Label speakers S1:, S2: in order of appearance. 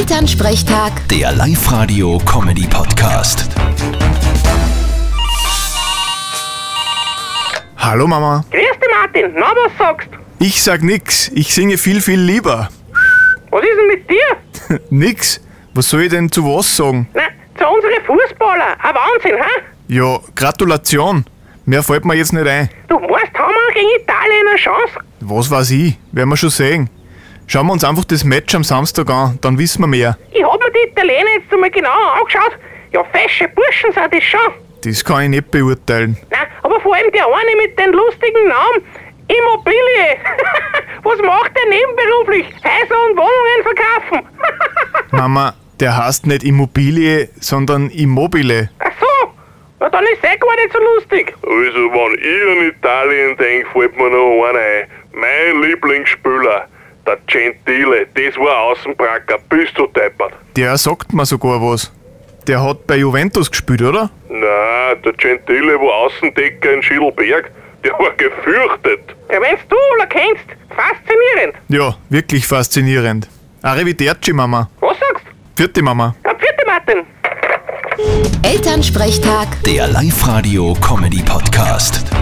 S1: Elternsprechtag,
S2: Der Live-Radio-Comedy-Podcast.
S3: Hallo Mama.
S4: Grüß dich, Martin. Na, was sagst?
S3: Ich sag nix. Ich singe viel, viel lieber.
S4: Was ist denn mit dir?
S3: Nix. Was soll ich denn zu was sagen?
S4: Na, zu unsere Fußballer. Ein Wahnsinn, hä?
S3: Ja, Gratulation. Mehr fällt mir jetzt nicht ein.
S4: Du weißt, haben wir gegen Italien eine Chance?
S3: Was weiß ich? Werden wir schon sehen. Schauen wir uns einfach das Match am Samstag an, dann wissen wir mehr.
S4: Ich hab mir die Italiener jetzt einmal genau angeschaut. Ja, fesche Burschen sind das schon.
S3: Das kann ich nicht beurteilen.
S4: Na, aber vor allem der eine mit dem lustigen Namen. Immobilie. was macht der nebenberuflich? Häuser und Wohnungen verkaufen.
S3: Mama, der heißt nicht Immobilie, sondern Immobile.
S4: Ach so. Na, dann ist eh gar nicht so lustig.
S5: Also, wenn ich an Italien denke, fällt mir noch einer ein. Mein Lieblingsspieler, der Gentile, das war Außenbracker, bist du deppert.
S3: Der sagt mir sogar was. Der hat bei Juventus gespielt, oder?
S5: Na, der Gentile war Außendecker in Schiedlberg, der war gefürchtet.
S4: Ja, wenn's du alle kennst. Faszinierend.
S3: Ja, wirklich faszinierend. Arrivederci, Mama.
S4: Was sagst?
S3: Vierte Mama.
S4: Na, vierte Martin.
S1: Elternsprechtag.
S2: Der Live-Radio-Comedy-Podcast.